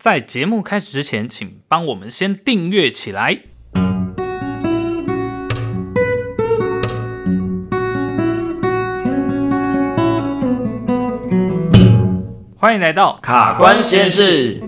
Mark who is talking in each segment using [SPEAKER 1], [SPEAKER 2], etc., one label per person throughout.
[SPEAKER 1] 在节目开始之前，请帮我们先订阅起来。欢迎来到
[SPEAKER 2] 卡关实验室，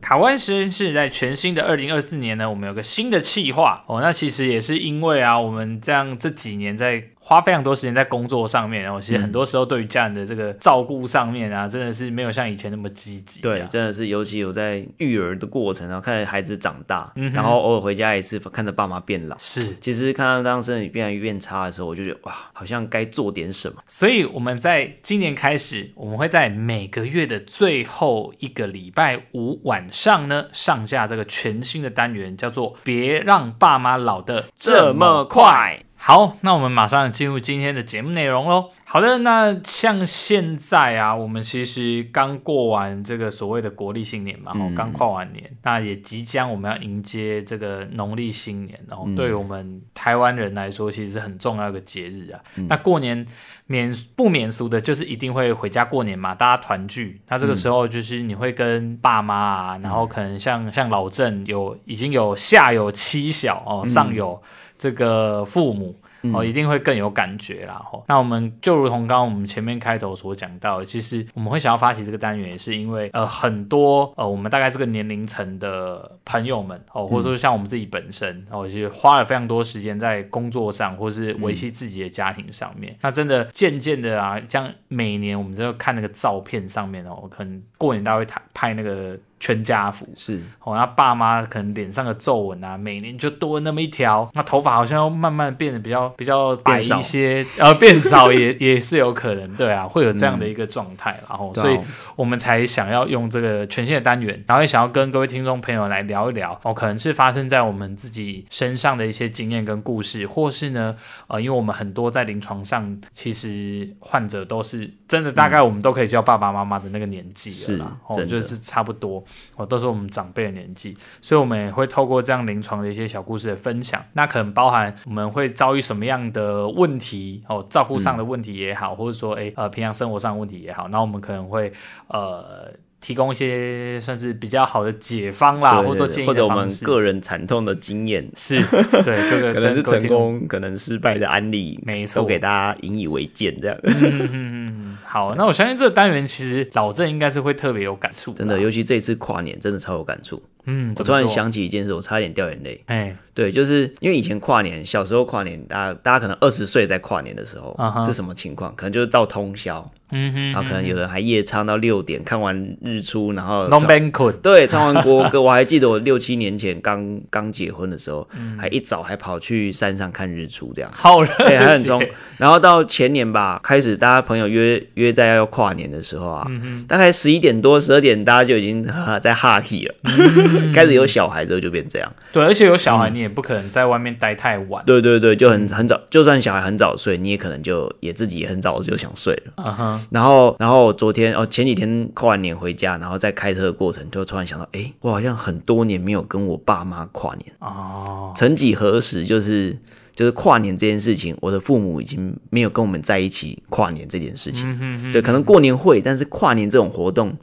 [SPEAKER 1] 卡湾实验室在全新的二零二四年呢，我们有个新的计划哦。那其实也是因为啊，我们这样这几年在花非常多时间在工作上面，然后其实很多时候对于家人的这个照顾上面啊，真的是没有像以前那么积极、
[SPEAKER 2] 对，，真的是，尤其有在育儿的过程，然后看着孩子长大，
[SPEAKER 1] 嗯哼
[SPEAKER 2] 然后偶尔回家一次，看着爸妈变老。
[SPEAKER 1] 是。
[SPEAKER 2] 其实看到当身体变来越差的时候，我就觉得哇，好像该做点什么。
[SPEAKER 1] 所以我们在今年开始，我们会在每个月的最后一个礼拜五晚上呢，上架这个全新的单元，叫做“别让爸妈老的
[SPEAKER 2] 这么快，
[SPEAKER 1] 好，那我们马上进入今天的节目内容喽。好的，那像现在啊，我们其实刚过完这个所谓的国历新年嘛，哦
[SPEAKER 2] 嗯，
[SPEAKER 1] 刚跨完年，那也即将我们要迎接这个农历新年，然后对于我们台湾人来说，其实是很重要的一个节日啊。那过年免不免俗的，就是一定会回家过年嘛，大家团聚。那这个时候就是你会跟爸妈啊，然后可能像像老郑有已经有下有妻小哦，上有这个父母。哦，一定会更有感觉啦。吼、那我们就如同刚刚我们前面开头所讲到的，其实我们会想要发起这个单元，也是因为呃很多呃我们大概这个年龄层的朋友们哦，或者说像我们自己本身哦，其实花了非常多时间在工作上，或是维系自己的家庭上面。那真的渐渐的啊，像每年我们就看那个照片上面哦，可能过年大家会拍拍那个全家福，
[SPEAKER 2] 是，
[SPEAKER 1] 哦，那爸妈可能脸上的皱纹啊，每年就多那么一条，那头发好像要慢慢变得比较比较白
[SPEAKER 2] 少
[SPEAKER 1] 一些，呃，变少也 也是有可能，对啊，会有这样的一个状态啦，然后、
[SPEAKER 2] 嗯对啊
[SPEAKER 1] 所以我们才想要用这个全新的单元，然后也想要跟各位听众朋友来聊一聊，哦，可能是发生在我们自己身上的一些经验跟故事，或是呢，呃，因为我们很多在临床上，其实患者都是真的，大概我们都可以叫爸爸妈妈的那个年纪了啦，
[SPEAKER 2] 嗯是
[SPEAKER 1] 哦，
[SPEAKER 2] 真的
[SPEAKER 1] 就是差不多，哦，都是我们长辈的年纪，所以我们也会透过这样临床的一些小故事的分享，那可能包含我们会遭遇什么样的问题，哦，照顾
[SPEAKER 2] 嗯
[SPEAKER 1] 上的问题也好，或者说，诶，呃，平常生活上的问题也好，那我们可能会，呃。提供一些算是比较好的解方啦，
[SPEAKER 2] 对
[SPEAKER 1] 或者说
[SPEAKER 2] 对对
[SPEAKER 1] 建议
[SPEAKER 2] 或者
[SPEAKER 1] 的
[SPEAKER 2] 我
[SPEAKER 1] 方
[SPEAKER 2] 们
[SPEAKER 1] 式，
[SPEAKER 2] 个人惨痛的经验，
[SPEAKER 1] 是对这个
[SPEAKER 2] 可能
[SPEAKER 1] 跟
[SPEAKER 2] 是
[SPEAKER 1] 各位
[SPEAKER 2] 成
[SPEAKER 1] 听众
[SPEAKER 2] 功，可能失败的案例，
[SPEAKER 1] 没错
[SPEAKER 2] 都给大家引以为鉴，这样。
[SPEAKER 1] 嗯，好，那我相信这个单元其实老郑应该是会特别有感触，啊
[SPEAKER 2] 真的，，尤其这次跨年，真的超有感触。
[SPEAKER 1] 嗯，
[SPEAKER 2] 我
[SPEAKER 1] 怎
[SPEAKER 2] 突
[SPEAKER 1] 么
[SPEAKER 2] 然
[SPEAKER 1] 说？
[SPEAKER 2] 想起一件事，我差点掉眼泪。
[SPEAKER 1] 哎，
[SPEAKER 2] 对，就是因为以前跨年，小时候跨年，大家大家可能二十岁在跨年的时候、
[SPEAKER 1] 啊哈
[SPEAKER 2] 是什么情况？可能就是到通宵，
[SPEAKER 1] 嗯哼，
[SPEAKER 2] 然后可能有人还夜唱到六点，看完日出，然后
[SPEAKER 1] non banquet，
[SPEAKER 2] 对，唱完国歌，我还记得我六七年前刚刚结婚的时候，
[SPEAKER 1] 嗯
[SPEAKER 2] 还一早还跑去山上看日出，这样。
[SPEAKER 1] 好热
[SPEAKER 2] 对，哎还很
[SPEAKER 1] 血
[SPEAKER 2] 冲。然后到前年吧，开始大家朋友约约在要跨年的时候啊，
[SPEAKER 1] 嗯
[SPEAKER 2] 大概十一点多、十二点，大家就已经 哈哈在哈气了。
[SPEAKER 1] 嗯
[SPEAKER 2] 开始有小孩之后就变这样。
[SPEAKER 1] 对，而且有小孩，
[SPEAKER 2] 嗯
[SPEAKER 1] 你也不可能在外面待太晚，
[SPEAKER 2] 对对对，就很很早，就算小孩很早睡，你也可能就也自己也很早就想睡了。
[SPEAKER 1] 嗯哼，
[SPEAKER 2] 然后，然后我昨天哦，前几天跨完年回家，然后在开车的过程，就突然想到，哎，我好像很多年没有跟我爸妈跨年。
[SPEAKER 1] 哦，
[SPEAKER 2] 曾几何时，就是就是跨年这件事情，我的父母已经没有跟我们在一起跨年这件事情。
[SPEAKER 1] 嗯哼哼，
[SPEAKER 2] 对，可能过年会，但是跨年这种活动，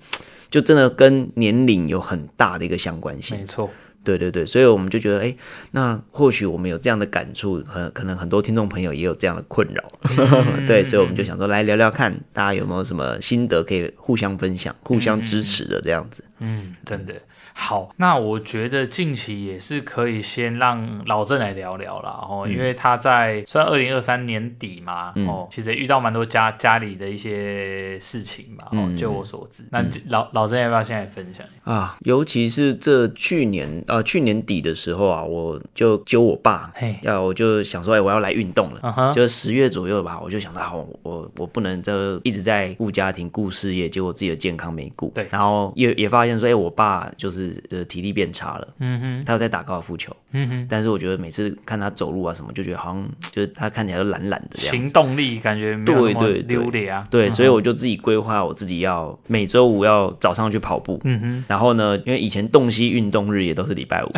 [SPEAKER 2] 就真的跟年龄有很大的一个相关性
[SPEAKER 1] 没。错，
[SPEAKER 2] 对对对，所以我们就觉得，哎，那或许我们有这样的感触，很可能很多听众朋友也有这样的困扰。
[SPEAKER 1] 嗯
[SPEAKER 2] 对，所以我们就想说，来聊聊看，大家有没有什么心得可以互相分享、互相支持的这样子。
[SPEAKER 1] 嗯，真的好。那我觉得近期也是可以先让老郑来聊聊啦，
[SPEAKER 2] 嗯
[SPEAKER 1] 哦，因为他在虽然二零二三年底嘛，哦，其实也遇到蛮多家家里的一些事情嘛，哦，
[SPEAKER 2] 嗯
[SPEAKER 1] 就我所知，那老老郑要不要现在分享？
[SPEAKER 2] 啊，尤其是这去年呃去年底的时候啊，我就揪我爸
[SPEAKER 1] 嘿，
[SPEAKER 2] 要我就想说，哎、我要来运动了。
[SPEAKER 1] 嗯哼
[SPEAKER 2] 就十月左右吧，我就想到、啊、我我我不能这一直在顾家庭、顾事业，结果自己的健康没顾。
[SPEAKER 1] 对
[SPEAKER 2] 然后也也发现说，哎、我爸就是呃体力变差了，
[SPEAKER 1] 嗯哼，
[SPEAKER 2] 他有在打高尔夫球，
[SPEAKER 1] 嗯哼，
[SPEAKER 2] 但是我觉得每次看他走路啊什么，就觉得好像就是他看起来都懒懒的这样。
[SPEAKER 1] 行动力感觉没有
[SPEAKER 2] 对
[SPEAKER 1] 那么
[SPEAKER 2] 对对
[SPEAKER 1] 溜达啊。
[SPEAKER 2] 对，所以我就自己规划我自己要每周五要早上去跑步，
[SPEAKER 1] 嗯哼，
[SPEAKER 2] 然后呢，因为以前洞悉运动日也都是礼 拜五，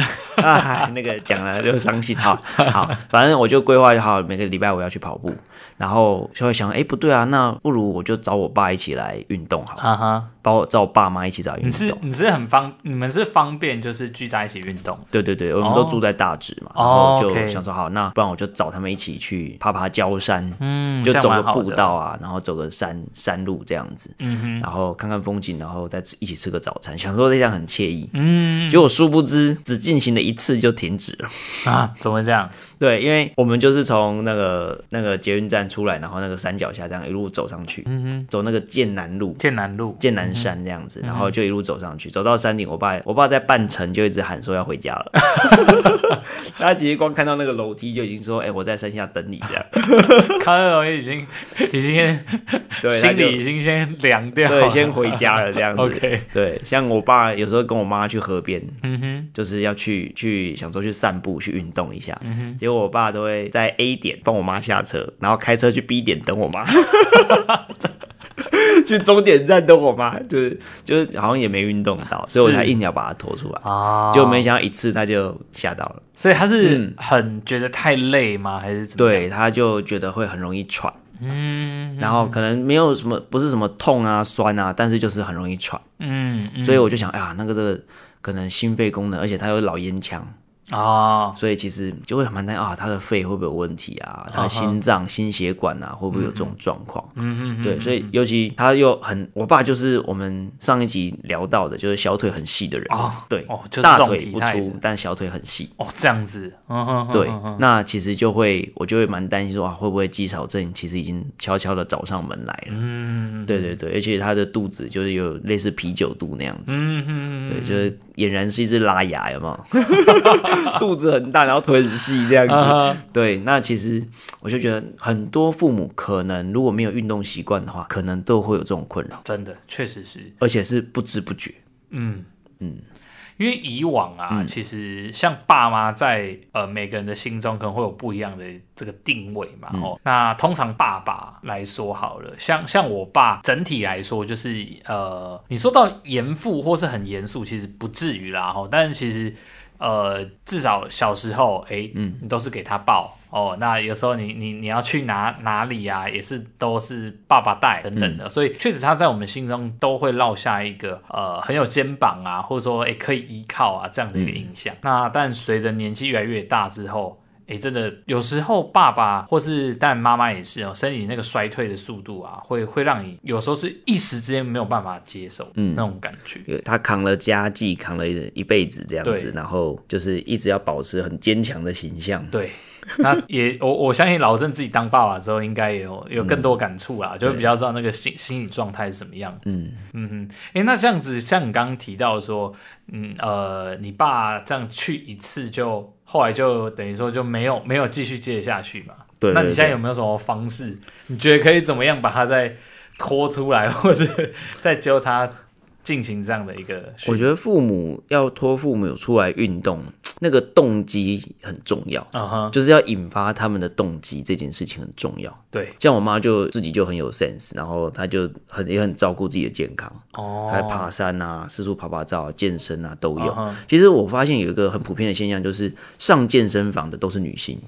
[SPEAKER 2] 啊哎，那个讲了就伤心。好好，反正我就规划好每个礼拜五要去跑步，然后就会想，哎，不对啊，那不如我就找我爸一起来运动好了，
[SPEAKER 1] 啊哈，
[SPEAKER 2] 帮我找我爸妈一起找运
[SPEAKER 1] 你是
[SPEAKER 2] 动。
[SPEAKER 1] 你是很方，你们是方便就是聚在一起运动
[SPEAKER 2] 对对对，我们
[SPEAKER 1] 哦
[SPEAKER 2] 都住在大直嘛，
[SPEAKER 1] 哦
[SPEAKER 2] 然后
[SPEAKER 1] OK
[SPEAKER 2] 就想说好，那不然我就找他们一起去爬爬焦山，
[SPEAKER 1] 嗯
[SPEAKER 2] 就
[SPEAKER 1] 这样
[SPEAKER 2] 走
[SPEAKER 1] 蛮
[SPEAKER 2] 个
[SPEAKER 1] 好
[SPEAKER 2] 步
[SPEAKER 1] 的
[SPEAKER 2] 道啊，然后走个山山路这样子，
[SPEAKER 1] 嗯哼，
[SPEAKER 2] 然后看看风景，然后再吃一起吃个早餐，想说这样很惬意。
[SPEAKER 1] 嗯
[SPEAKER 2] 结果殊不知，只进行了一次就停止了。
[SPEAKER 1] 啊，怎么会这样？
[SPEAKER 2] 对，因为我们就是从那个那个捷运站出来，然后那个山脚下这样一路走上去，
[SPEAKER 1] 嗯
[SPEAKER 2] 走那个剑南路
[SPEAKER 1] 哼，。剑南 路，
[SPEAKER 2] 剑南山这样
[SPEAKER 1] 嗯
[SPEAKER 2] 子，然后就一路走上去，走到山顶，我爸我爸在半程就一直喊说要回家 了。 他其实光看到那个楼梯就已经说：“哎、我在山下等你。”这样，
[SPEAKER 1] 康乐龙已经已经
[SPEAKER 2] 对，他
[SPEAKER 1] 心
[SPEAKER 2] 就
[SPEAKER 1] 里已经先凉掉了，
[SPEAKER 2] 对先回家了这样子。
[SPEAKER 1] OK
[SPEAKER 2] 对，像我爸有时候跟我妈去河边，
[SPEAKER 1] 嗯哼，
[SPEAKER 2] 就是要去去想说去散步去运动一下，
[SPEAKER 1] 嗯
[SPEAKER 2] 结果我爸都会在 A 点帮我妈下车，然后开车去 B 点等我 妈，去终点站等我妈，就是就是好像也没运动到，所以我才硬要把他拖出来，
[SPEAKER 1] 啊，
[SPEAKER 2] 就没想到一次他就吓到了，
[SPEAKER 1] 所以他是
[SPEAKER 2] 嗯
[SPEAKER 1] 很觉得太累吗？还是怎么？，
[SPEAKER 2] 对，他就觉得会很容易喘，
[SPEAKER 1] 嗯
[SPEAKER 2] 然后可能没有什么不是什么痛啊酸啊，但是就是很容易喘，
[SPEAKER 1] 嗯，嗯
[SPEAKER 2] 所以我就想，哎呀，那个这个可能心肺功能，而且他有老烟枪。
[SPEAKER 1] 啊，
[SPEAKER 2] 所以其实就会蛮担心啊，他的肺会不会有问题啊？他
[SPEAKER 1] 啊哈
[SPEAKER 2] 的心脏、心血管啊，会不会有这种状况？
[SPEAKER 1] 嗯嗯，
[SPEAKER 2] 对，所以尤其他又很，我爸就是我们上一集聊到的，就是小腿很细的人，
[SPEAKER 1] 哦
[SPEAKER 2] 对，
[SPEAKER 1] 哦就是
[SPEAKER 2] 大
[SPEAKER 1] 这种
[SPEAKER 2] 腿
[SPEAKER 1] 体
[SPEAKER 2] 不
[SPEAKER 1] 态
[SPEAKER 2] 粗
[SPEAKER 1] 的，
[SPEAKER 2] 但小腿很细。
[SPEAKER 1] 哦，这样子，嗯哼，
[SPEAKER 2] 对
[SPEAKER 1] 嗯，哼
[SPEAKER 2] 那其实就会，我就会蛮担心说啊，会不会肌少症其实已经悄悄的找上门来了？
[SPEAKER 1] 嗯，
[SPEAKER 2] 对对对，而且他的肚子就是有类似啤酒肚那样子，
[SPEAKER 1] 嗯嗯
[SPEAKER 2] 对，就是俨然是一只拉牙，有没 有？肚子很大，然后腿很细这样子。
[SPEAKER 1] 啊
[SPEAKER 2] 对，那其实我就觉得很多父母可能如果没有运动习惯的话，可能都会有这种困扰，
[SPEAKER 1] 真的确实是，
[SPEAKER 2] 而且是不知不觉。
[SPEAKER 1] 嗯
[SPEAKER 2] 嗯。
[SPEAKER 1] 因为以往啊，其实像爸妈在呃每个人的心中可能会有不一样的这个定位嘛。哦，那通常爸爸来说好了，像像我爸整体来说就是呃，你说到严父或是很严肃，其实不至于啦。哦，但是其实呃，至少小时候，哎、嗯，你都是给他抱。哦，那有时候你你你要去哪哪里啊，也是都是爸爸带等等的，所以确实他在我们心中都会落下一个呃很有肩膀啊，或者说诶、可以依靠啊这样的一个印象。那但随着年纪越来越大之后。诶，真的，有时候爸爸或是但妈妈也是哦，身体那个衰退的速度啊，会会让你有时候是一时之间没有办法接受，
[SPEAKER 2] 嗯
[SPEAKER 1] 那种感觉。
[SPEAKER 2] 因为他扛了家计，扛了一一辈子这样
[SPEAKER 1] 对
[SPEAKER 2] 子，然后就是一直要保持很坚强的形象。
[SPEAKER 1] 对，那也我我相信老郑自己当爸爸之后，应该也 有有更多感触啦，就会比较知道那个心心理状态是什么样子。
[SPEAKER 2] 嗯
[SPEAKER 1] 嗯哼，哎、那这样子，像你刚刚提到说，嗯呃，你爸这样去一次就。后来就等于说就没有没有继续接下去嘛？
[SPEAKER 2] 对对
[SPEAKER 1] 那你现在
[SPEAKER 2] 对
[SPEAKER 1] 有没有什么方式？你觉得可以怎么样把他再拖出来，或是 再教他进行这样的一个训练？
[SPEAKER 2] 我觉得父母要托父母出来运动，那个动机很重要，
[SPEAKER 1] 得，嗯哼，
[SPEAKER 2] 就是要引发他们的动机，这件事情很重要。
[SPEAKER 1] 对，
[SPEAKER 2] 像我妈就自己就很有 sense，然后她就很也很照顾自己的健康，
[SPEAKER 1] 哦，
[SPEAKER 2] 还爬山啊，四处爬爬照、健身啊都有。
[SPEAKER 1] 嗯哼
[SPEAKER 2] 其实我发现有一个很普遍的现象，就是上健身房的都是女性，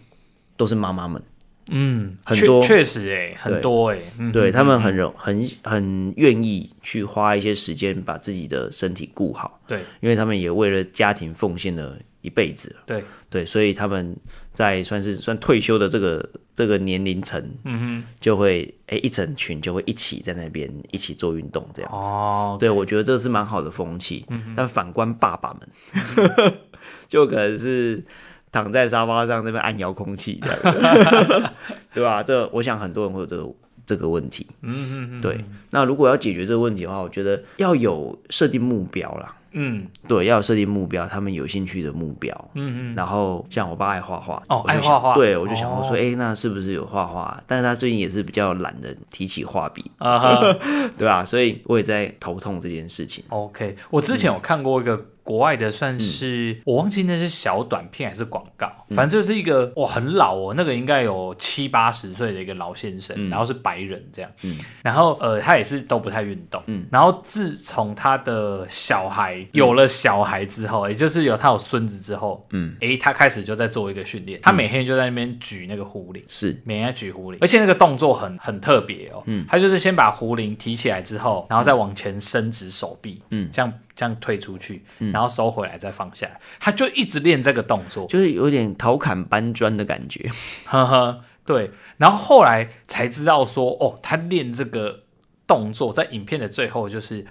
[SPEAKER 2] 都是妈妈们，
[SPEAKER 1] 嗯，
[SPEAKER 2] 很
[SPEAKER 1] 确
[SPEAKER 2] 多
[SPEAKER 1] 确实哎、很多哎、嗯哼
[SPEAKER 2] 对他们很容很很愿意去花一些时间把自己的身体顾好，
[SPEAKER 1] 对
[SPEAKER 2] 因为他们也为了家庭奉献了一辈子了，
[SPEAKER 1] 对，
[SPEAKER 2] 对，所以他们在算是算退休的这个这个年龄层，
[SPEAKER 1] 嗯
[SPEAKER 2] 就会哎一整群就会一起在那边一起做运动这样
[SPEAKER 1] 哼，。哦，嗯
[SPEAKER 2] 对，我觉得这是蛮好的风气。但反观爸爸们， 就可能是躺在沙发上那边按遥控器这样子， 对吧、这我想很多人会有这个这个问题。
[SPEAKER 1] 嗯嗯嗯，
[SPEAKER 2] 对，那如果要解决这个问题的话，我觉得要有设定目标啦。
[SPEAKER 1] 嗯
[SPEAKER 2] 对，要有设定目标，他们有兴趣的目标。
[SPEAKER 1] 嗯嗯，
[SPEAKER 2] 然后像我爸爱画画
[SPEAKER 1] 哦
[SPEAKER 2] 我就
[SPEAKER 1] 爱
[SPEAKER 2] 想
[SPEAKER 1] 画画
[SPEAKER 2] 对我就想
[SPEAKER 1] 哦
[SPEAKER 2] 过说，哎、那是不是有画画？但是他最近也是比较懒得提起画笔，
[SPEAKER 1] 啊哈
[SPEAKER 2] 对吧、所以我也在头痛这件事情。
[SPEAKER 1] ，OK，我之前有看过一个国外的，算是、我忘记那是小短片还是广告，反正就是一个哇很老哦，那个应该有七八十岁的一个老先生，然后是白人这样，
[SPEAKER 2] 嗯
[SPEAKER 1] 然后呃他也是都不太运动，
[SPEAKER 2] 嗯
[SPEAKER 1] 然后自从他的小孩为有了小孩之后，也就是有他有孙子之后，
[SPEAKER 2] 嗯，
[SPEAKER 1] 诶，他开始就在做一个训练，他每天就在那边举那个壶铃，
[SPEAKER 2] 是
[SPEAKER 1] 每天在举壶铃，而且那个动作很很特别哦，
[SPEAKER 2] 嗯
[SPEAKER 1] 他就是先把壶铃提起来之后，然后再往前伸直手臂，
[SPEAKER 2] 嗯
[SPEAKER 1] 这样这样推出去，然后收回来再放下来，他就一直练这个动作，
[SPEAKER 2] 就是有点陶侃搬砖的感觉。
[SPEAKER 1] 呵呵，对。然后后来才知道说，哦，他练这个动作，在影片的最后，就是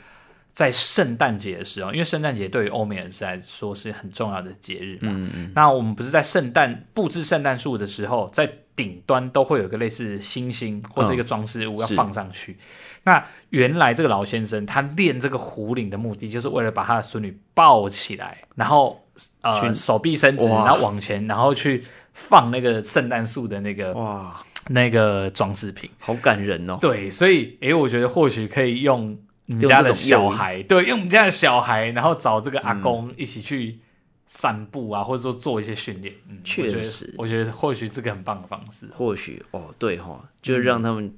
[SPEAKER 1] 在圣诞节的时候，因为圣诞节对于欧美人士来说是很重要的节日嘛。
[SPEAKER 2] 嗯
[SPEAKER 1] 那我们不是在圣诞布置圣诞树的时候，在顶端都会有一个类似星星或是一个装饰物要
[SPEAKER 2] 嗯是
[SPEAKER 1] 放上去。那原来这个老先生他练这个壶铃的目的，就是为了把他的孙女抱起来，然后呃
[SPEAKER 2] 去
[SPEAKER 1] 手臂伸直，
[SPEAKER 2] 哇
[SPEAKER 1] 然后往前，然后去放那个圣诞树的那
[SPEAKER 2] 哦
[SPEAKER 1] 个
[SPEAKER 2] 哇，
[SPEAKER 1] 那个装饰品。
[SPEAKER 2] 好感人哦。
[SPEAKER 1] 对，所以诶，我觉得或许可以用你们家的小孩，
[SPEAKER 2] 哦
[SPEAKER 1] 对，用我们家的小孩，然后找这个阿公
[SPEAKER 2] 嗯
[SPEAKER 1] 一起去散步啊，或者说做一些训练。嗯，
[SPEAKER 2] 确
[SPEAKER 1] 我觉得
[SPEAKER 2] 实
[SPEAKER 1] 我觉得或许这个很棒的方式。
[SPEAKER 2] 或许哦，对哈、就是让他们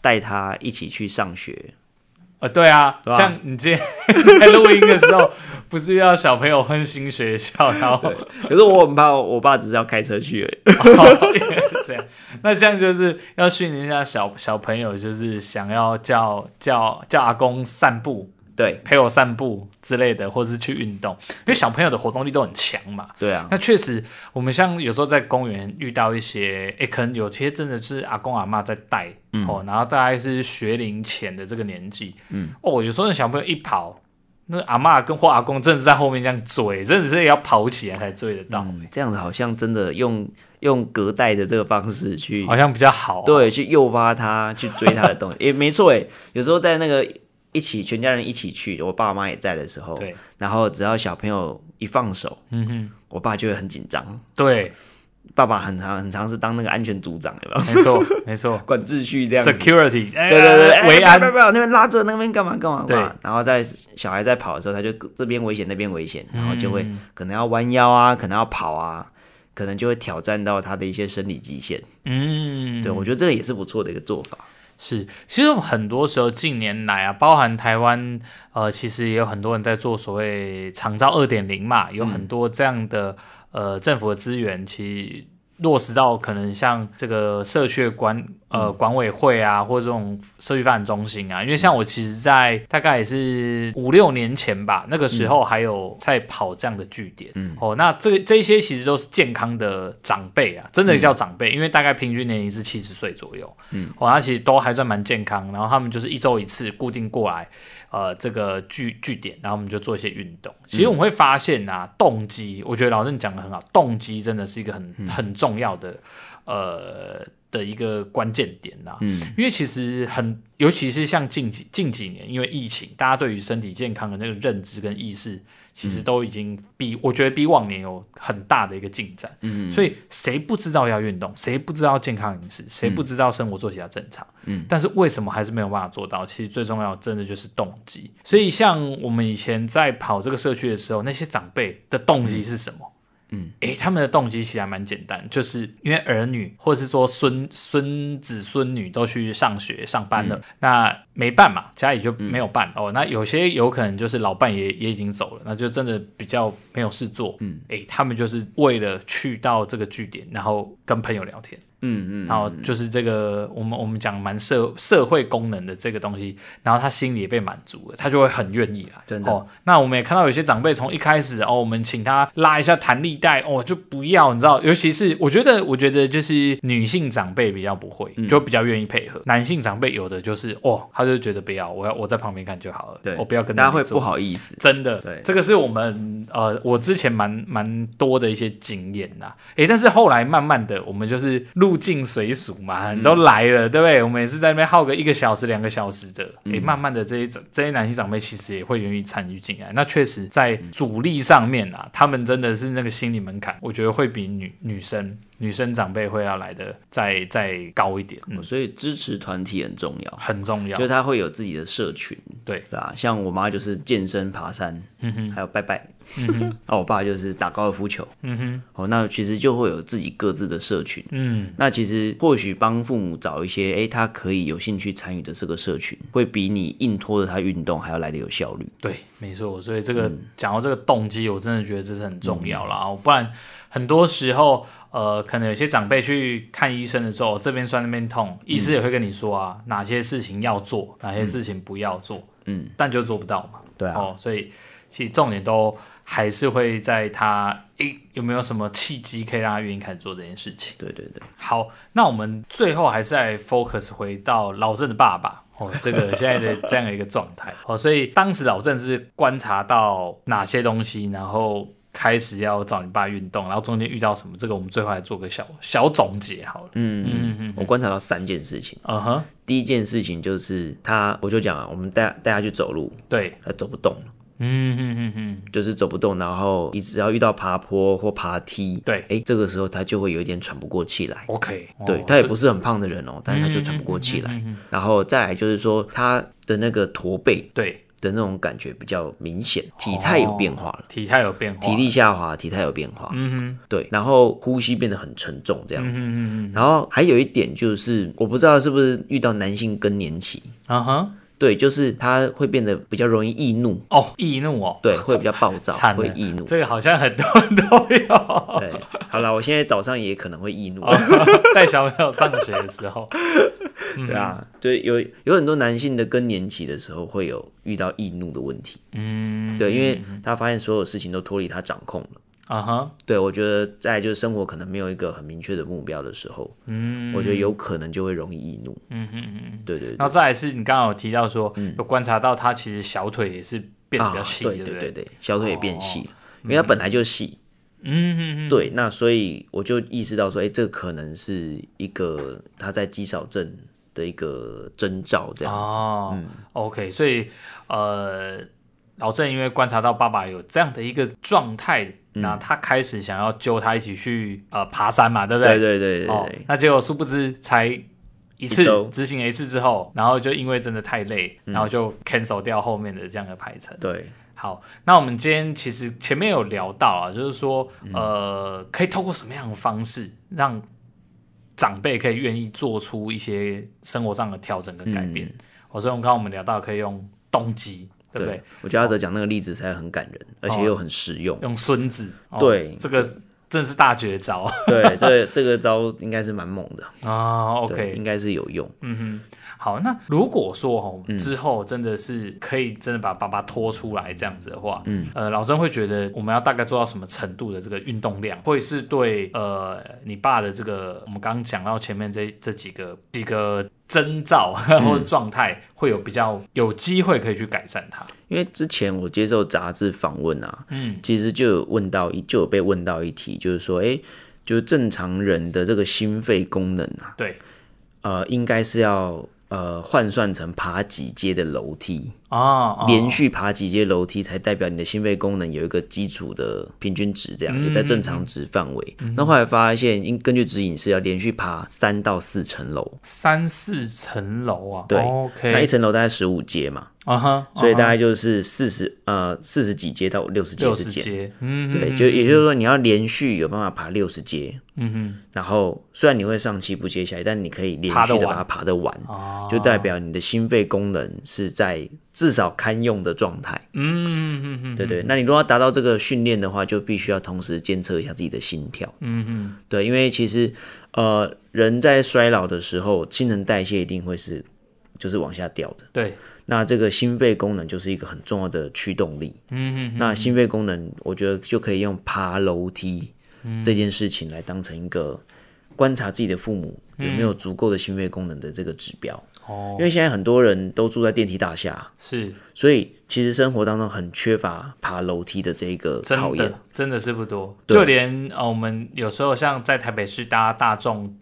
[SPEAKER 2] 带他一起去上学。
[SPEAKER 1] 呃，对啊，
[SPEAKER 2] 对啊
[SPEAKER 1] 像你今天 在录音的时候，不是要小朋友混新学校，然后
[SPEAKER 2] 可是我很怕，我爸只是要开车去而已。
[SPEAKER 1] 这样，那这样就是要训练一下小小朋友，就是想要叫叫叫阿公散步，
[SPEAKER 2] 对
[SPEAKER 1] 陪我散步之类的，或是去运动，因为小朋友的活动力都很强嘛。
[SPEAKER 2] 对啊，
[SPEAKER 1] 那确实，我们像有时候在公园遇到一些，诶，可能有些真的是阿公阿妈在带、哦，然后大概是学龄前的这个年纪，
[SPEAKER 2] 嗯，
[SPEAKER 1] 哦，有时候那小朋友一跑，那阿妈跟或阿公真的是在后面这样追，真的是要跑起来才追得到，
[SPEAKER 2] 嗯这样子好像真的用用隔代的这个方式去
[SPEAKER 1] 好像比较好、，
[SPEAKER 2] 对，去诱发他去追他的东 西，也没错诶。有时候在那个一起全家人一起去，我爸妈也在的时候，
[SPEAKER 1] 对，
[SPEAKER 2] 然后只要小朋友一放手，
[SPEAKER 1] 嗯哼，
[SPEAKER 2] 我爸就会很紧张。
[SPEAKER 1] 对，
[SPEAKER 2] 爸爸很常很常是当那个安全组长，有没有？
[SPEAKER 1] 没错，没错
[SPEAKER 2] 管秩序这样子。
[SPEAKER 1] ，security，对哎
[SPEAKER 2] 对对对，
[SPEAKER 1] 维安
[SPEAKER 2] 哎不，要不要，那边拉着那边干嘛干嘛
[SPEAKER 1] 对
[SPEAKER 2] 嘛。然后在小孩在跑的时候，他就这边危险那边危险，然后就会
[SPEAKER 1] 嗯
[SPEAKER 2] 可能要弯腰啊，可能要跑啊，可能就会挑战到他的一些生理极限。
[SPEAKER 1] 嗯，
[SPEAKER 2] 对我觉得这个也是不错的一个做法。
[SPEAKER 1] 是，其实我们很多时候近年来啊，包含台湾，呃，其实也有很多人在做所谓“长照二点零”嘛，有很多这样的、呃政府的资源，其实落实到可能像这个社区的管呃管委会啊，或者这种社区发展中心啊，因为像我其实，在大概也是五六年前吧，那个时候还有在跑这样的据点，
[SPEAKER 2] 嗯
[SPEAKER 1] 哦，那这这些其实都是健康的长辈啊，真的叫长辈，因为大概平均年龄是七十岁左右，
[SPEAKER 2] 嗯，
[SPEAKER 1] 哦，那其实都还算蛮健康，然后他们就是一周一次固定过来，呃，这个据据点，然后我们就做一些运动。其实我们会发现啊，动机，我觉得老郑讲的很好，动机真的是一个很、很重要的，呃的一个关键点呐、
[SPEAKER 2] 嗯，
[SPEAKER 1] 因为其实很，尤其是像近几近几年，因为疫情，大家对于身体健康的那个认知跟意识，其实都已经比、我觉得比往年有很大的一个进展。
[SPEAKER 2] 嗯，
[SPEAKER 1] 所以谁不知道要运动，谁不知道健康饮食，谁不知道生活作息要正常？
[SPEAKER 2] 嗯，
[SPEAKER 1] 但是为什么还是没有办法做到？其实最重要的真的就是动机。所以像我们以前在跑这个社区的时候，那些长辈的动机是什么？
[SPEAKER 2] 嗯，
[SPEAKER 1] 诶，他们的动机其实还蛮简单，就是因为儿女或者是说孙孙子孙女都去上学上班
[SPEAKER 2] 嗯
[SPEAKER 1] 了，那没办嘛，家里就没有办、哦。那有些有可能就是老伴也也已经走了，那就真的比较没有事做。
[SPEAKER 2] 嗯，
[SPEAKER 1] 诶，他们就是为了去到这个据点，然后跟朋友聊天，
[SPEAKER 2] 嗯嗯，
[SPEAKER 1] 然后就是这个我们我们讲蛮社社会功能的这个东西，然后他心里也被满足了，他就会很愿意来。
[SPEAKER 2] 真的
[SPEAKER 1] 哦，那我们也看到有些长辈从一开始哦，我们请他拉一下弹力带哦，就不要，你知道，尤其是我觉得我觉得就是女性长辈比较不会，
[SPEAKER 2] 嗯
[SPEAKER 1] 就比较愿意配合，男性长辈有的就是哦，他就觉得不要，我要我在旁边看就好了，哦
[SPEAKER 2] 对，
[SPEAKER 1] 我不要跟
[SPEAKER 2] 大家
[SPEAKER 1] 你
[SPEAKER 2] 会
[SPEAKER 1] 做
[SPEAKER 2] 不好意思。
[SPEAKER 1] 真的，
[SPEAKER 2] 对
[SPEAKER 1] 这个是我们呃，我之前蛮蛮多的一些经验呐。诶，但是后来慢慢的，我们就是入境随俗嘛，
[SPEAKER 2] 嗯
[SPEAKER 1] 你都来了，对不对？我们也是在那边耗个一个小时、两个小时的。
[SPEAKER 2] 嗯
[SPEAKER 1] 诶，慢慢的这些长这些男性长辈其实也会愿意参与进来。那确实在阻力上面啊，他们真的是那个心理门槛，我觉得会比女女生女生长辈会要来的再再高一点，嗯，
[SPEAKER 2] 哦所以支持团体很重要，
[SPEAKER 1] 很重要
[SPEAKER 2] 就。是他会有自己的社群，
[SPEAKER 1] 对
[SPEAKER 2] 对吧、像我妈就是健身、爬山，
[SPEAKER 1] 嗯哼，
[SPEAKER 2] 还有拜拜。
[SPEAKER 1] 嗯哼，
[SPEAKER 2] 那我爸就是打高尔夫球。
[SPEAKER 1] 嗯哼，
[SPEAKER 2] 哦，那其实就会有自己各自的社群。
[SPEAKER 1] 嗯，
[SPEAKER 2] 那其实或许帮父母找一些，诶，他可以有兴趣参与的这个社群，会比你硬拖着他运动还要来的有效率。
[SPEAKER 1] 对，没错。所以这个
[SPEAKER 2] 嗯
[SPEAKER 1] 讲到这个动机，我真的觉得这是很重要啦。哦不然很多时候，呃，可能有些长辈去看医生的时候，这边酸那边
[SPEAKER 2] 嗯
[SPEAKER 1] 痛，医师也会跟你说啊，哪些事情要做，哪些事情不要做，
[SPEAKER 2] 嗯，
[SPEAKER 1] 但就做不到嘛。
[SPEAKER 2] 对啊，
[SPEAKER 1] 哦，所以其实重点都还是会在他诶有没有什么契机可以让他愿意开始做这件事情。
[SPEAKER 2] 对对对，
[SPEAKER 1] 好，那我们最后还是来 focus 回到老郑的爸爸哦，这个现在的这样的一个状态哦，所以当时老郑是观察到哪些东西，然后开始要找你爸运动，然后中间遇到什么，这个我们最后来做个小小总结好了。
[SPEAKER 2] 嗯
[SPEAKER 1] 嗯
[SPEAKER 2] 嗯
[SPEAKER 1] 嗯
[SPEAKER 2] 嗯，我观察到三件事情。
[SPEAKER 1] 嗯哼，
[SPEAKER 2] 第一件事情就是他，我就讲啊，我们带带他去走路，
[SPEAKER 1] 对，
[SPEAKER 2] 他走不动，
[SPEAKER 1] 嗯嗯嗯嗯，
[SPEAKER 2] 就是走不动，然后你只要遇到爬坡或爬梯，
[SPEAKER 1] 对
[SPEAKER 2] 哎，这个时候他就会有一点喘不过气来。
[SPEAKER 1] ，OK，哦嗯
[SPEAKER 2] 对他也不是很胖的人哦，但是他就喘不过气来。然后再来就是说他的那个驼背
[SPEAKER 1] 对，
[SPEAKER 2] 的那种感觉比较明显，体态有变化了，
[SPEAKER 1] 体态有变化，
[SPEAKER 2] 体力，下滑，体态有变化。
[SPEAKER 1] 哦嗯哼，
[SPEAKER 2] 对，然后呼吸变得很沉重这样
[SPEAKER 1] 嗯
[SPEAKER 2] 子。
[SPEAKER 1] 嗯嗯
[SPEAKER 2] 然后还有一点就是，我不知道是不是遇到男性更年期，
[SPEAKER 1] 嗯哼，
[SPEAKER 2] 对，就是他会变得比较容易易怒，
[SPEAKER 1] 哦，易怒哦，
[SPEAKER 2] 对，会比较暴躁，
[SPEAKER 1] 惨了
[SPEAKER 2] 会易怒。
[SPEAKER 1] 这个好像很多人都有。
[SPEAKER 2] 对，好了，我现在早上也可能会易怒，
[SPEAKER 1] 哦 带小朋友上学的时候，
[SPEAKER 2] 对啊，
[SPEAKER 1] 嗯
[SPEAKER 2] 对，有有很多男性的更年期的时候会有遇到易怒的问题，
[SPEAKER 1] 嗯，
[SPEAKER 2] 对，因为他发现所有事情都脱离他掌控了。
[SPEAKER 1] 啊哈，
[SPEAKER 2] 对，我觉得再来就是生活可能没有一个很明确的目标的时候，
[SPEAKER 1] 嗯，
[SPEAKER 2] 我觉得有可能就会容易易怒。
[SPEAKER 1] 嗯嗯嗯，
[SPEAKER 2] 对对对，
[SPEAKER 1] 然后再来是你刚刚有提到说，有观察到他其实小腿也是变得比较细，
[SPEAKER 2] 嗯啊、对
[SPEAKER 1] 不
[SPEAKER 2] 对
[SPEAKER 1] 对？哦
[SPEAKER 2] 对，小腿也变细了，因为它本来就细。
[SPEAKER 1] 嗯嗯嗯，
[SPEAKER 2] 对，那所以我就意识到说，哎、这可能是一个他在肌少症的一个征兆，这样子。嗯
[SPEAKER 1] 哦，OK，所以呃，老郑因为观察到爸爸有这样的一个状态，
[SPEAKER 2] 嗯
[SPEAKER 1] 那他开始想要揪他一起去呃爬山嘛，对不
[SPEAKER 2] 对对对对对
[SPEAKER 1] 哦，那结果殊不知才一次
[SPEAKER 2] 一周嗯
[SPEAKER 1] 执行了一次之后，然后就因为真的太累，然后就 cancel 掉后面的这样的排程。
[SPEAKER 2] 对
[SPEAKER 1] 好，那我们今天其实前面有聊到啊，就是说
[SPEAKER 2] 嗯
[SPEAKER 1] 呃，可以透过什么样的方式让长辈可以愿意做出一些生活上的调整跟改变？
[SPEAKER 2] 嗯
[SPEAKER 1] 哦，所以我们刚刚我们聊到可以用动机，对不对？哦
[SPEAKER 2] 我觉得阿哲讲那个例子才很感人，而且又很实 用。
[SPEAKER 1] 用孙子，哦
[SPEAKER 2] 对
[SPEAKER 1] 这个真的是大绝招
[SPEAKER 2] 对，这这个招应该是蛮猛的
[SPEAKER 1] 啊。
[SPEAKER 2] 对
[SPEAKER 1] OK，
[SPEAKER 2] 应该是有用。
[SPEAKER 1] 嗯哼，好，那如果说哦
[SPEAKER 2] 嗯
[SPEAKER 1] 之后真的是可以真的把爸爸拖出来这样子的话，嗯，呃，老曾会觉得我们要大概做到什么程度的这个运动量，会是对呃你爸的这个我们刚刚讲到前面这这几个几个征兆
[SPEAKER 2] 嗯
[SPEAKER 1] 或者状态，会有比较有机会可以去改善它。
[SPEAKER 2] 因为之前我接受杂志访问啊，
[SPEAKER 1] 嗯，
[SPEAKER 2] 其实就有问到一，就有被问到一题，就是说，哎，就是正常人的这个心肺功能啊，
[SPEAKER 1] 对
[SPEAKER 2] 呃，应该是要呃换算成爬几阶的楼梯，
[SPEAKER 1] 啊，哦
[SPEAKER 2] 连续爬几阶楼梯才代表你的心肺功能有一个基础的平均值，这
[SPEAKER 1] 嗯
[SPEAKER 2] 样也在正常值范围。那后来发现，应根据指引是要连续爬三到四层楼，
[SPEAKER 1] 三四层楼啊，
[SPEAKER 2] 对那一
[SPEAKER 1] ，OK，
[SPEAKER 2] 层楼大概十五阶嘛，
[SPEAKER 1] 啊哈，
[SPEAKER 2] 所以大
[SPEAKER 1] 家
[SPEAKER 2] 概就是四十呃四十几阶到六十阶
[SPEAKER 1] 六
[SPEAKER 2] 之
[SPEAKER 1] 十
[SPEAKER 2] 间。
[SPEAKER 1] 节，嗯，
[SPEAKER 2] 对，就也就是说你要连续有办法爬六十阶，
[SPEAKER 1] 嗯
[SPEAKER 2] 然后虽然你会上气不接下气，但你可以连
[SPEAKER 1] 爬得
[SPEAKER 2] 续的
[SPEAKER 1] 完
[SPEAKER 2] 把它爬得完。
[SPEAKER 1] 哼，啊，
[SPEAKER 2] 就代表你的心肺功能是在至少堪用的状态，
[SPEAKER 1] 嗯嗯嗯嗯，
[SPEAKER 2] 对对。那你如果要达到这个训练的话，就必须要同时监测一下自己的心跳，
[SPEAKER 1] 嗯嗯，
[SPEAKER 2] 对，因为其实呃人在衰老的时候，新陈代谢一定会是就是往下掉的。
[SPEAKER 1] 对。
[SPEAKER 2] 那这个心肺功能就是一个很重要的驱动力。
[SPEAKER 1] 嗯
[SPEAKER 2] 那心肺功能，我觉得就可以用爬楼梯
[SPEAKER 1] 嗯
[SPEAKER 2] 这件事情来当成一个观察自己的父母有没有足够的心肺功能的这个指标。
[SPEAKER 1] 哼，嗯哦，
[SPEAKER 2] 因为现在很多人都住在电梯大厦，
[SPEAKER 1] 是
[SPEAKER 2] 所以其实生活当中很缺乏爬楼梯的这一个考
[SPEAKER 1] 真
[SPEAKER 2] 验
[SPEAKER 1] 的。，真的是不多。
[SPEAKER 2] 对
[SPEAKER 1] 就连呃，我们有时候像在台北市搭大众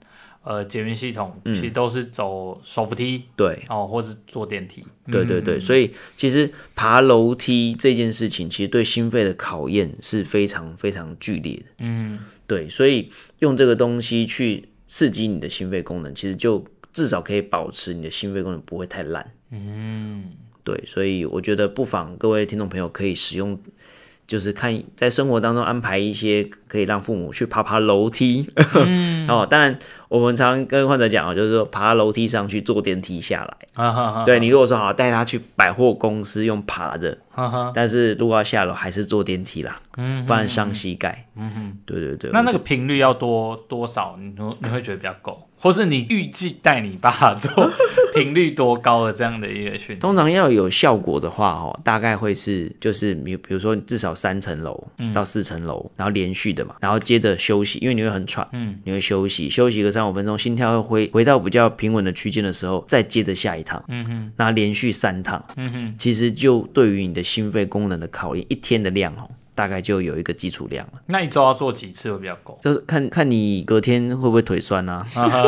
[SPEAKER 1] 呃捷运系统，其实都是走手扶梯
[SPEAKER 2] 嗯对
[SPEAKER 1] 哦，或是坐电梯。嗯
[SPEAKER 2] 对对对，所以其实爬楼梯这件事情，其实对心肺的考验是非常非常剧烈的。
[SPEAKER 1] 嗯，
[SPEAKER 2] 对，所以用这个东西去刺激你的心肺功能，其实就至少可以保持你的心肺功能不会太烂。
[SPEAKER 1] 嗯，
[SPEAKER 2] 对，所以我觉得不妨各位听众朋友可以使用，就是看在生活当中安排一些可以让父母去爬爬楼梯。
[SPEAKER 1] 嗯
[SPEAKER 2] 哦，当然我们常跟患者讲哦，就是说爬楼梯上去，坐电梯下来。
[SPEAKER 1] 啊哈哈，
[SPEAKER 2] 对你如果说好带他去百货公司用爬的，
[SPEAKER 1] 哈哈，
[SPEAKER 2] 但是如果要下楼还是坐电梯啦，
[SPEAKER 1] 啊嗯
[SPEAKER 2] 不然伤膝盖。
[SPEAKER 1] 嗯哼，
[SPEAKER 2] 对对对，
[SPEAKER 1] 那那个
[SPEAKER 2] 个
[SPEAKER 1] 频率要多多少？你会你会觉得比较够，或是你预计带你爸做频率多高的这样的一个 训练？
[SPEAKER 2] 通常要有效果的话，哦，大概会是就是比比如说至少三层楼
[SPEAKER 1] 嗯
[SPEAKER 2] 到四层楼，然后连续的嘛，然后接着休息，因为你会很喘。
[SPEAKER 1] 嗯
[SPEAKER 2] 你会休息，休息个三五分钟，心跳会回回到比较平稳的区间的时候，再接着下一趟，
[SPEAKER 1] 嗯哼
[SPEAKER 2] 那连续三趟，
[SPEAKER 1] 嗯哼，
[SPEAKER 2] 其实就对于你的心肺功能的考验，一天的量哦，大概就有一个基础量了。
[SPEAKER 1] 那一周要做几次会比较 够？
[SPEAKER 2] 就是看看你隔天会不会腿酸啊，
[SPEAKER 1] 啊哈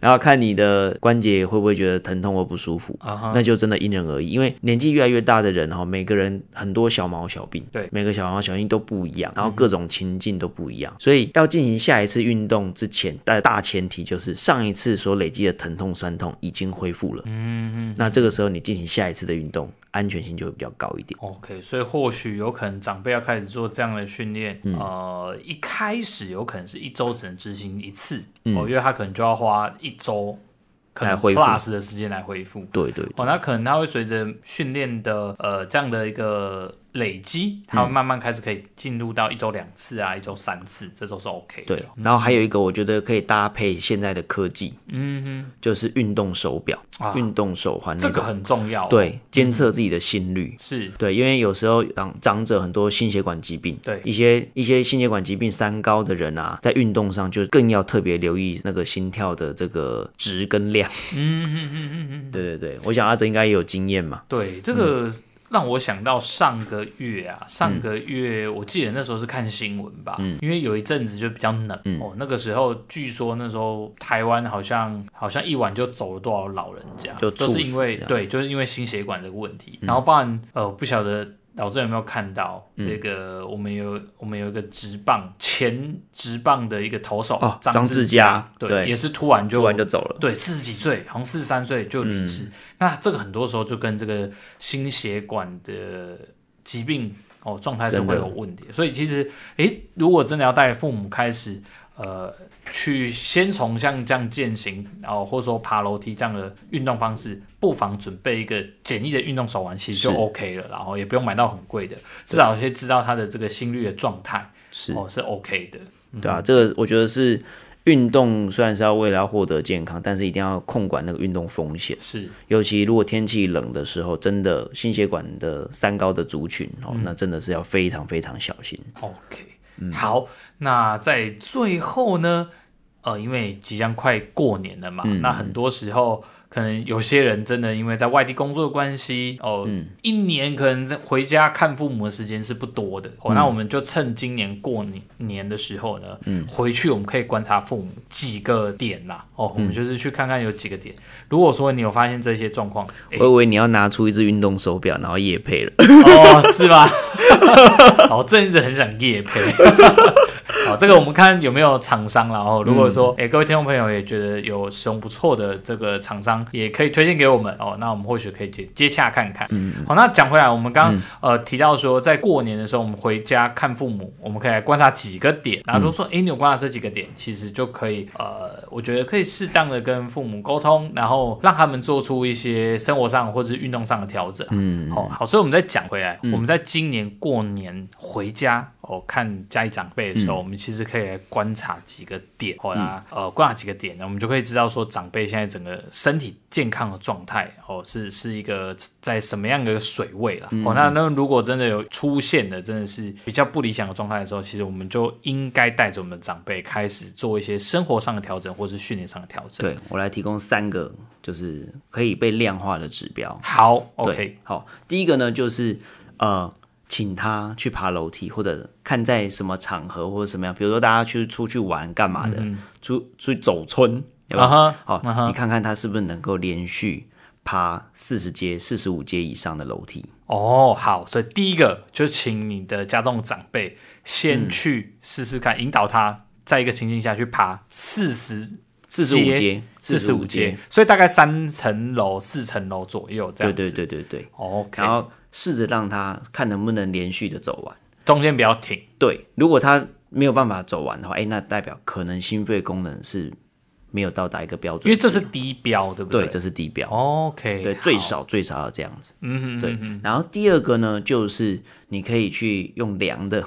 [SPEAKER 2] 然后看你的关节会不会觉得疼痛或不舒服。
[SPEAKER 1] 啊哈，
[SPEAKER 2] 那就真的因人而异，因为年纪越来越大的人哈，每个人很多小毛小病，
[SPEAKER 1] 对嗯
[SPEAKER 2] 每个小毛小病都不一样，然后各种情境都不一样，所以要进行下一次运动之前，大大前提就是上一次所累积的疼痛酸痛已经恢复了，
[SPEAKER 1] 嗯嗯
[SPEAKER 2] 那这个时候你进行下一次的运动，安全性就会比较高一点。
[SPEAKER 1] ，OK，所以或许有可能长辈要开始做这样的训练，
[SPEAKER 2] 嗯
[SPEAKER 1] 呃，一开始有可能是一周只能执行一次，哦，因为他可能就要花一周可能
[SPEAKER 2] 嗯来恢复
[SPEAKER 1] plus 的时间来恢复。
[SPEAKER 2] 对对
[SPEAKER 1] 哦，那可能他会随着训练的呃这样的一个累积，
[SPEAKER 2] 嗯
[SPEAKER 1] 他会慢慢开始可以进入到一周两次啊，一周三次，这都是 OK 的。
[SPEAKER 2] 对，然后还有一个我觉得可以搭配现在的科技，
[SPEAKER 1] 嗯
[SPEAKER 2] 就是运动手表、
[SPEAKER 1] 哼，啊，
[SPEAKER 2] 运动手环那
[SPEAKER 1] 这个哦嗯
[SPEAKER 2] 种，
[SPEAKER 1] 很重要、，
[SPEAKER 2] 对，监测自己的心率。
[SPEAKER 1] 是，
[SPEAKER 2] 对，因为有时候长长者很多心血管疾病，
[SPEAKER 1] 对
[SPEAKER 2] 一些一些心血管疾病三高的人啊，在运动上就更要特别留意那个心跳的这个值跟量。
[SPEAKER 1] 嗯哼哼哼哼。
[SPEAKER 2] 对对对，我想阿哲应该也有经验嘛。
[SPEAKER 1] 对，这个让我想到上个月啊，上个月我记得那时候是看新闻吧，
[SPEAKER 2] 嗯
[SPEAKER 1] 因为有一阵子就比较冷、哦，那个时候据说那时候台湾好像好像一晚就走了多少老人家，
[SPEAKER 2] 就猝
[SPEAKER 1] 是因
[SPEAKER 2] 死
[SPEAKER 1] 为
[SPEAKER 2] 这样嗯
[SPEAKER 1] 对，就是因为心血管这个问题，然后不然呃不晓得。老郑有没有看到
[SPEAKER 2] 嗯
[SPEAKER 1] 那个？我们有我们有一个直棒前直棒的一个投手
[SPEAKER 2] 哦张
[SPEAKER 1] 志
[SPEAKER 2] 志佳
[SPEAKER 1] 对，
[SPEAKER 2] 对
[SPEAKER 1] 也是突然就
[SPEAKER 2] 做完就走了。
[SPEAKER 1] 对，四十几岁，好像四十三岁就离世。
[SPEAKER 2] 嗯
[SPEAKER 1] 那这个很多时候就跟这个心血管的疾病哦状态是
[SPEAKER 2] 真的
[SPEAKER 1] 会有问题的，所以其实诶，如果真的要带父母开始呃去先从像这样践行，然、后或者说爬楼梯这样的运动方式，不妨准备一个简易的运动手环，其实就是 OK 了，然后也不用买到很贵的，至少先知道他的这个心率的状态
[SPEAKER 2] 是，
[SPEAKER 1] 哦是 OK 的。
[SPEAKER 2] 对啊，这个我觉得是运动虽然是要为了要获得健康，但是一定要控管那个运动风险。
[SPEAKER 1] 是，
[SPEAKER 2] 尤其如果天气冷的时候，真的心血管的三高的族群哦，
[SPEAKER 1] 嗯
[SPEAKER 2] 那真的是要非常非常小心。
[SPEAKER 1] OK，、好，那在最后呢，呃，因为即将快过年了嘛，那很多时候可能有些人真的因为在外地工作的关系，哦，一年可能在回家看父母的时间是不多的，哦，那我们就趁今年过年年的时候呢，回去我们可以观察父母几个点啦，哦，我们就是去看看有几个点，如果说你有发现这些状况，诶
[SPEAKER 2] 我以为你要拿出一只运动手表，然后夜配了。
[SPEAKER 1] 哦，是吗？好，这一直很想夜配。 好，这个我们看有没有厂商啦，然后如果说，哎、各位听众朋友也觉得有使用不错的这个厂商，也可以推荐给我们哦。那我们或许可以接接洽看看。好，那讲回来，我们刚刚、呃提到说，在过年的时候，我们回家看父母，我们可以来观察几个点，然后就说，哎、你有观察这几个点，其实就可以呃，我觉得可以适当的跟父母沟通，然后让他们做出一些生活上或者是运动上的调整。
[SPEAKER 2] 嗯，
[SPEAKER 1] 哦，好，所以我们再讲回来，我们在今年过年回家哦，看家里长辈的时
[SPEAKER 2] 嗯
[SPEAKER 1] 候，我们其实可以来观察几个点，哦，那呃，观察几个点呢，我们就可以知道说长辈现在整个身体健康的状态，哦，是是一个在什么样的水位了。
[SPEAKER 2] 嗯
[SPEAKER 1] 哦，那那如果真的有出现的，真的是比较不理想的状态的时候，其实我们就应该带着我们的长辈开始做一些生活上的调整，或是训练上的调整。
[SPEAKER 2] 对我来提供三个就是可以被量化的指标。
[SPEAKER 1] 好，OK，
[SPEAKER 2] 对，好，第一个呢就是呃，请他去爬楼梯，或者看在什么场合或者什么样，比如说大家去出去玩干嘛的，出出去走村，对
[SPEAKER 1] 嗯
[SPEAKER 2] 吧？
[SPEAKER 1] 啊哈
[SPEAKER 2] 好
[SPEAKER 1] 啊哈
[SPEAKER 2] 你看看它是不是能够连续爬四十阶、四十五阶以上的楼梯。
[SPEAKER 1] 哦，好，所以第一个就请你的家中长辈先
[SPEAKER 2] 嗯
[SPEAKER 1] 去试试看，引导他在一个情境下去爬四十
[SPEAKER 2] 四十五阶，
[SPEAKER 1] 四十五
[SPEAKER 2] 45
[SPEAKER 1] 阶，，所以大概三层楼、四层楼左右这
[SPEAKER 2] 对
[SPEAKER 1] 样子。
[SPEAKER 2] 对对对对。
[SPEAKER 1] ，OK，
[SPEAKER 2] 然后试着让他看能不能连续的走完。
[SPEAKER 1] 中间不要停。
[SPEAKER 2] 对，如果他没有办法走完的话，哎，那代表可能心肺功能是没有到达一个标准值，
[SPEAKER 1] 因为这是低标，对不
[SPEAKER 2] 对，
[SPEAKER 1] 对
[SPEAKER 2] 这是低标，
[SPEAKER 1] ，OK，
[SPEAKER 2] 对，最
[SPEAKER 1] 好，
[SPEAKER 2] 少最少要这样子。
[SPEAKER 1] 嗯哼，
[SPEAKER 2] 对
[SPEAKER 1] 嗯，
[SPEAKER 2] 然后第二个呢，就是你可以去用量的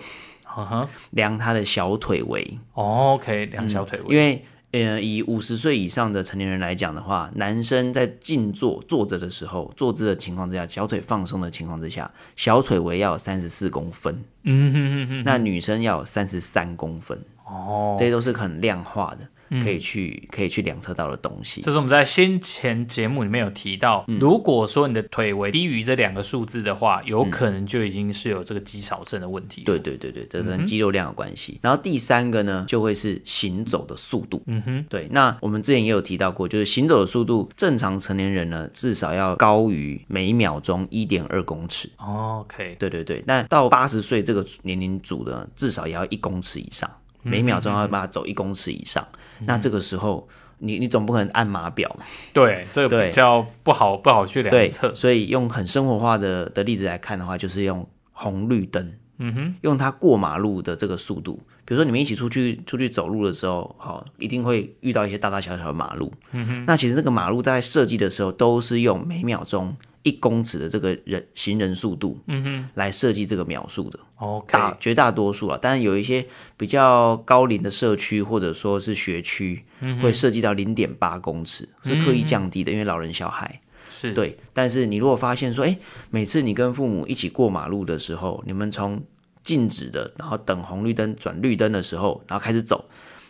[SPEAKER 1] 哼嗯哼
[SPEAKER 2] 量他的小腿围，
[SPEAKER 1] ，OK，两小腿围，
[SPEAKER 2] 嗯因为呃，以五十岁以上的成年人来讲的话，男生在静坐坐着的时候，坐姿的情况之下，小腿放松的情况之下，小腿围要有三十四公分，
[SPEAKER 1] 嗯哼哼
[SPEAKER 2] 那女生要有三十三公分，
[SPEAKER 1] 哼，哦，嗯
[SPEAKER 2] 这些都是很量化的，可以去可以去量测到的东西。
[SPEAKER 1] 这是我们在先前节目里面有提到，
[SPEAKER 2] 嗯
[SPEAKER 1] 如果说你的腿围低于这两个数字的话，有可能就已经是有这个肌少症的问题。，
[SPEAKER 2] 对对对对，这
[SPEAKER 1] 嗯
[SPEAKER 2] 跟肌肉量有关系。然后第三个呢，就会是行走的速度。
[SPEAKER 1] 嗯哼，
[SPEAKER 2] 对，那我们之前也有提到过，就是行走的速度，正常成年人呢至少要高于每秒钟一点二公尺。哦
[SPEAKER 1] OK，
[SPEAKER 2] 对对对，那到八十岁这个年龄组呢，至少也要一公尺以上，每秒钟要把它走一公尺以上。那这个时候，你你总不可能按码表嘛？
[SPEAKER 1] 对，这个
[SPEAKER 2] 对
[SPEAKER 1] 比较不好不好去
[SPEAKER 2] 对
[SPEAKER 1] 量测，。
[SPEAKER 2] 所以用很生活化的的例子来看的话，就是用红绿灯，
[SPEAKER 1] 嗯哼，
[SPEAKER 2] 用它过马路的这个速度。比如说你们一起出去出去走路的时候，好，一定会遇到一些大大小小的马路。嗯哼，那其实那个马路在设计的时候，都是用每秒钟一公尺的这个人行人速度，嗯哼，来设计这个秒数的。
[SPEAKER 1] ，OK，
[SPEAKER 2] 大绝大多数啊，当然有一些比较高龄的社区或者说是学区，
[SPEAKER 1] 嗯
[SPEAKER 2] 会涉及到零点八公尺，是刻意降低的，因为老人小孩。
[SPEAKER 1] 是，
[SPEAKER 2] 对，但是你如果发现说，哎，每次你跟父母一起过马路的时候，你们从静止的，然后等红绿灯转绿灯的时候，然后开始走，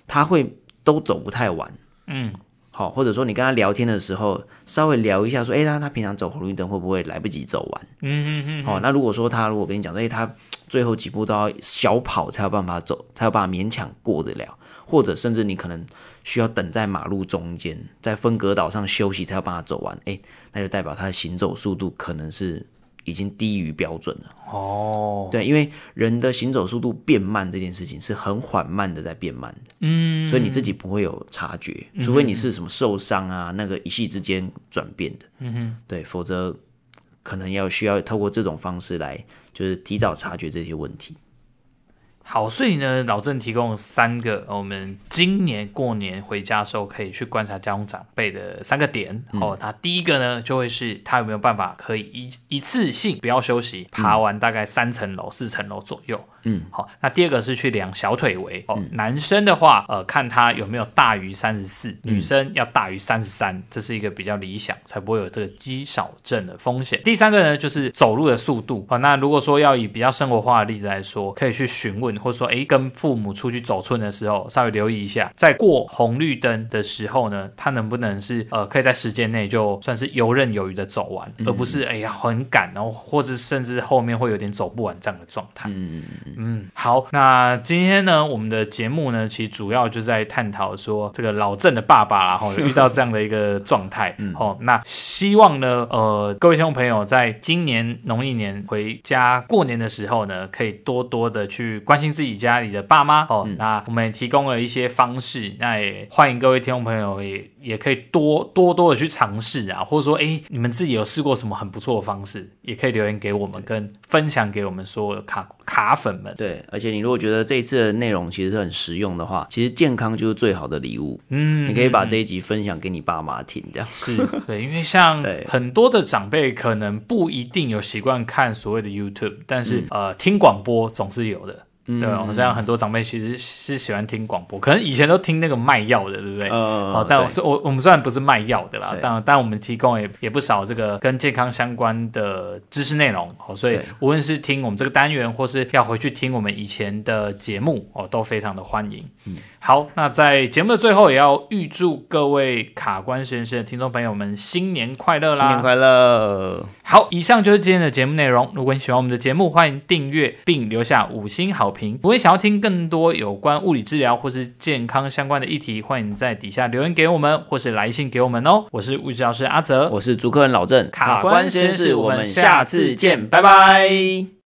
[SPEAKER 2] 他会都走不太完。
[SPEAKER 1] 嗯，
[SPEAKER 2] 好，或者说你跟他聊天的时候，稍微聊一下说，哎，他他平常走红绿灯会不会来不及走完？
[SPEAKER 1] 嗯嗯嗯，
[SPEAKER 2] 哦，那如果说他如果跟你讲说，哎、他最后几步都要小跑才有办法走，才有办法勉强过得了，或者甚至你可能需要等在马路中间，在分隔岛上休息才有办法走完，哎、那就代表他的行走速度可能是已经低于标准了。
[SPEAKER 1] 哦，
[SPEAKER 2] 对，因为人的行走速度变慢这件事情是很缓慢的在变慢的，
[SPEAKER 1] 嗯，
[SPEAKER 2] 所以你自己不会有察觉，除非你是什么受伤啊，那个一夕之间转变的。
[SPEAKER 1] 嗯哼，
[SPEAKER 2] 对，否则可能要需要透过这种方式来，就是提早察觉这些问题。
[SPEAKER 1] 好，所以呢，老郑提供三个呃我们今年过年回家的时候可以去观察家中长辈的三个点、哦。那第一个呢，就会是他有没有办法可以一一次性不要休息，爬完大概三层楼、四层楼左右。
[SPEAKER 2] 嗯，
[SPEAKER 1] 好，那第二个是去量小腿围哦。男生的话，呃，看他有没有大于三十四，女生要大于三十三，这是一个比较理想，才不会有这个肌少症的风险。第三个呢，就是走路的速度哦。那如果说要以比较生活化的例子来说，可以去询问，或者说，诶，跟父母出去走村的时候，稍微留意一下，在过红绿灯的时候呢，他能不能是呃，可以在时间内就算是游刃有余的走完，而不是哎呀很赶，然后或者甚至后面会有点走不完这样的状态。
[SPEAKER 2] 嗯，
[SPEAKER 1] 嗯，好，那今天呢，我们的节目呢，其实主要就在探讨说这个老郑的爸爸啦，吼，有遇到这样的一个状态，吼，那希望呢，呃，各位听众朋友，在今年农历年回家过年的时候呢，可以多多的去关心自己家里的爸妈，哦，那我们也提供了一些方式，那也欢迎各位听众朋友也也可以多多多的去尝试啊，或者说，哎，你们自己有试过什么很不错的方式，也可以留言给我们，跟分享给我们所有的卡卡粉们。
[SPEAKER 2] 对。而且你如果觉得这一次的内容其实是很实用的话，其实健康就是最好的礼物。
[SPEAKER 1] 嗯，
[SPEAKER 2] 你可以把这一集分享给你爸妈听，这样。
[SPEAKER 1] 是对，因为像
[SPEAKER 2] 对
[SPEAKER 1] 很多的长辈可能不一定有习惯看所谓的 YouTube，但是、呃，听广播总是有的。对，我们像很多长辈其实是喜欢听广播，可能以前都听那个卖药的，对不对？
[SPEAKER 2] 呃
[SPEAKER 1] 哦，但我
[SPEAKER 2] 对
[SPEAKER 1] 是我我们虽然不是卖药的啦
[SPEAKER 2] 对，
[SPEAKER 1] 但但我们提供也也不少这个跟健康相关的知识内容哦，所以
[SPEAKER 2] 对
[SPEAKER 1] 无论是听我们这个单元，或是要回去听我们以前的节目哦，都非常的欢迎。嗯，好，那在节目的最后，也要预祝各位卡关实验室的听众朋友们新年快乐啦！
[SPEAKER 2] 新年快乐！
[SPEAKER 1] 好，以上就是今天的节目内容。如果你喜欢我们的节目，欢迎订阅并留下五星好评。如果想要听更多有关物理治疗或是健康相关的议题，欢迎在底下留言给我们，或是来信给我们哦。我是物理治疗师阿泽，
[SPEAKER 2] 我是主客人老郑，
[SPEAKER 1] 卡关实验室
[SPEAKER 2] 实验室
[SPEAKER 1] 我
[SPEAKER 2] 我
[SPEAKER 1] 们
[SPEAKER 2] 们
[SPEAKER 1] 下
[SPEAKER 2] 下
[SPEAKER 1] 次
[SPEAKER 2] 次
[SPEAKER 1] 见
[SPEAKER 2] 见，
[SPEAKER 1] 拜
[SPEAKER 2] 拜拜